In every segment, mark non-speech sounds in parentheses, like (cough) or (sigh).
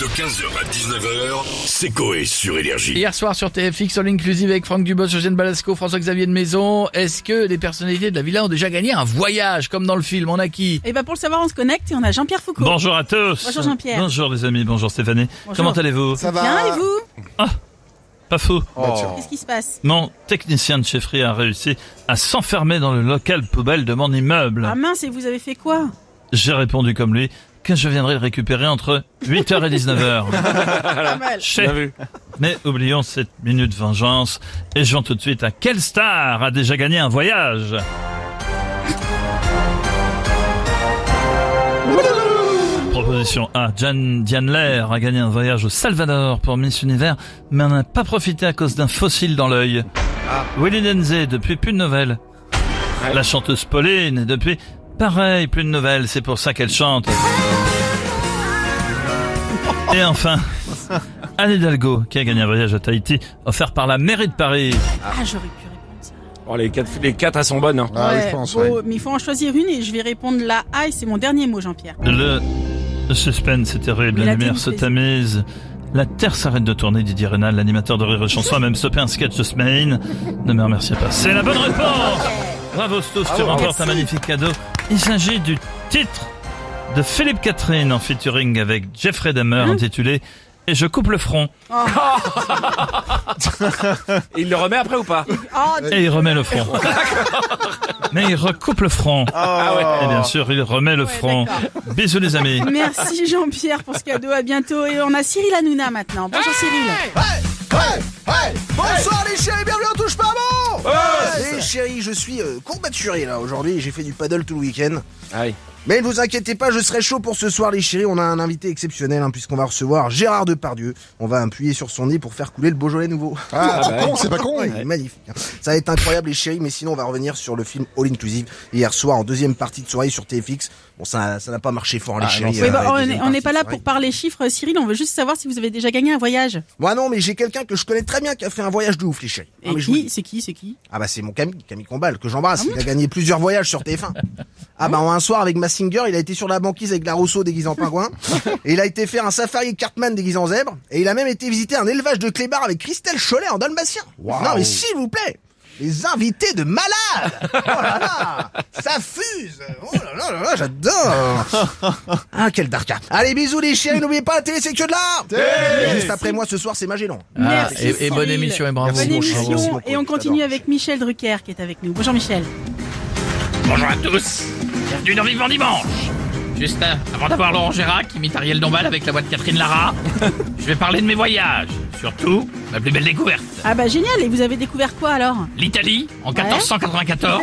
De 15h à 19h, c'est Coé sur Énergie. Hier soir sur TFX en inclusive avec Franck Dubos, Eugène Balasco, François-Xavier de Maison, est-ce que les personnalités de la villa ont déjà gagné un voyage comme dans le film On a qui Et ben pour le savoir, on se connecte et on a Jean-Pierre Foucault. Bonjour à tous. Bonjour Jean-Pierre. Bonjour les amis, bonjour Stéphanie. Bonjour. Comment allez-vous Ça va Bien, et vous Pas fou. Qu'est-ce qui se passe Mon technicien de chefferie a réussi à s'enfermer dans le local poubelle de mon immeuble. Ah mince, et vous avez fait quoi J'ai répondu comme lui que je viendrai le récupérer entre 8h et 19h. Ah, Pas mal. Chef. Mais oublions cette minute vengeance et jouons tout de suite à quelle star a déjà gagné un voyage Proposition A. Jan, Diane Lair a gagné un voyage au Salvador pour Miss Univers, mais n'en a pas profité à cause d'un fossile dans l'œil. Willy Denze, depuis plus de nouvelles. La chanteuse Pauline, est depuis pareil, plus de nouvelles, c'est pour ça qu'elle chante. Et enfin, Anne Hidalgo, qui a gagné un voyage à Tahiti, offert par la mairie de Paris. Ah, j'aurais pu répondre ça. Oh, les, quatre, les quatre, elles sont bonnes. hein. Ah oui, je pense, ouais. bon, Mais il faut en choisir une et je vais répondre la A et c'est mon dernier mot, Jean-Pierre. Le suspense est terrible, Mais la la lumière télé se fait- tamise. La terre s'arrête de tourner, Didier Rénal, l'animateur de Rire et Chanson, a même stoppé un sketch de semaine. Ne me remerciez pas. C'est la bonne réponse Bravo Stouff, tu remportes un magnifique cadeau. Il s'agit du titre de Philippe Catherine en featuring avec Jeffrey Dahmer intitulé « Et je coupe le front Et Il le remet après ou pas » Oh, et il remet le front. Mais il recoupe le front. Et bien sûr, il remet le front. Bisous les amis. merci Jean-Pierre pour ce cadeau, à bientôt. Et on a Cyril Hanouna maintenant. Bonjour Cyril. Bonsoir les chéris, bienvenue on touche pas bon Les chéris, je suis euh, courbaturé là aujourd'hui, j'ai fait du paddle tout le week-end. Aïe. Mais ne vous inquiétez pas, je serai chaud pour ce soir les chéris, on a un invité exceptionnel hein, puisqu'on va recevoir Gérard Depardieu. On va appuyer sur son nez pour faire couler le Beaujolais nouveau. Ah, Ah bah con, oui. c'est pas con. Ouais, il est magnifique. hein. Ça va être incroyable les chéris, mais sinon on va revenir sur le film All Inclusive hier soir en deuxième partie de soirée sur TFX. Bon ça ça n'a pas marché fort les Oui, chéris. euh, bah, la on deuxième est- on partie n'est de pas là soirée. pour parler chiffres, Cyril. On veut juste savoir si vous avez déjà gagné un voyage. Moi non, mais j'ai quelqu'un que je connais très bien qui a fait un voyage de ouf les chéris. Ah, Et mais je vous qui C'est qui C'est qui Ah bah c'est mon Camille, Camille Combal, que j'embrasse, il a gagné plusieurs voyages sur TF1. Ah bah un soir avec Massinger, il a été sur la banquise avec la Rousseau déguisé en pingouin, et il a été faire un safari Cartman déguisé en zèbre, et il a même été visiter un élevage de clébards avec Christelle Cholet en dalmatien. Non mais s'il vous plaît les invités de malade Oh là là Ça fuse Oh là là là là, j'adore Ah, quel darka Allez, bisous les chiens, n'oubliez pas, la télé, c'est que de là Juste après moi, ce soir, c'est Magellan. Ah, Merci, et, et bonne Cyril. émission et bravo. Merci, Bonne mon émission. cher. Merci beaucoup, et on je continue t'adore. avec Michel Drucker qui est avec nous. Bonjour Michel. Bonjour à tous Bienvenue dans Vivement Dimanche Juste euh, avant d'avoir Laurent Gérard qui imite Ariel Dombal avec la voix de Catherine Lara, je vais parler de mes voyages. Surtout, ma plus belle découverte, Ah bah génial. Et vous avez découvert quoi alors l'Italie en 1494,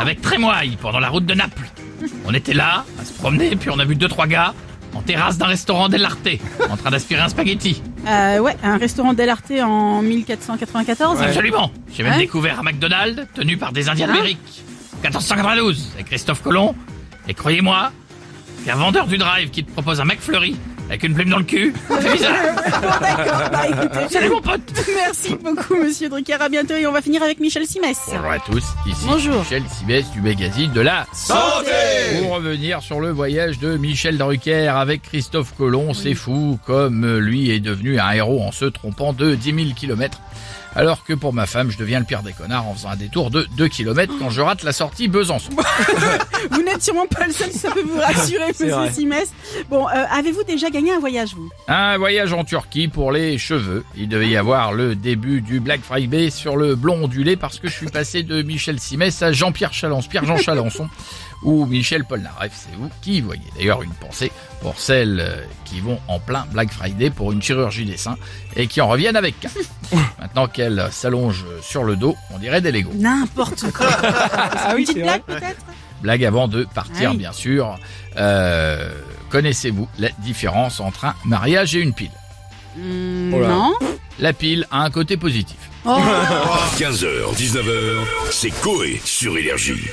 avec Trémoille pendant la route de Naples. On était là, à se promener, puis on a vu deux trois gars en terrasse d'un restaurant dell'Arte, en train d'aspirer un spaghetti. Euh, ouais, un restaurant d'Elarte en 1494. Absolument J'ai même Hein découvert un McDonald's tenu par des Indiens d'Amérique. 1492, avec Christophe Colomb. Et croyez-moi, qu'un vendeur du drive qui te propose un McFlurry avec une plume dans le cul, ça fait bizarre. (laughs) D'accord, bah Salut écoutez. mon pote Merci beaucoup, monsieur Drucker. À bientôt et on va finir avec Michel Simès. Bonjour à tous, ici Bonjour. Michel Sibès du magazine de la Santé Pour revenir sur le voyage de Michel Drucker avec Christophe Colomb, c'est fou comme euh, lui est devenu un héros en se trompant de 10 000 km. Alors que pour ma femme, je deviens le pire des connards en faisant un détour de 2 km quand je rate la sortie Besançon. Vous n'êtes sûrement pas le seul, ça peut vous rassurer, monsieur vrai. Simès. Bon, euh, avez-vous déjà gagné un voyage, vous Un voyage en Turquie pour les cheveux. Il devait y avoir le début du Black Friday sur le blond ondulé parce que je suis passé de Michel Simès à Jean-Pierre Chalence, Pierre-Jean Chalençon ou Michel Polnareff, c'est vous qui y voyez. D'ailleurs, une pensée pour celles euh, qui vont en plein Black Friday pour une chirurgie des seins et qui en reviennent avec (laughs) quatre. Maintenant qu'elles s'allongent sur le dos, on dirait des Legos. N'importe quoi. ah oui, petite blague, peut-être Blague avant de partir, Ah oui. bien sûr. Euh, Connaissez-vous la différence entre un mariage et une pile Hmm, Oh là. Non. La pile a un côté positif. Oh. 15h, 19h, c'est Coé sur Énergie.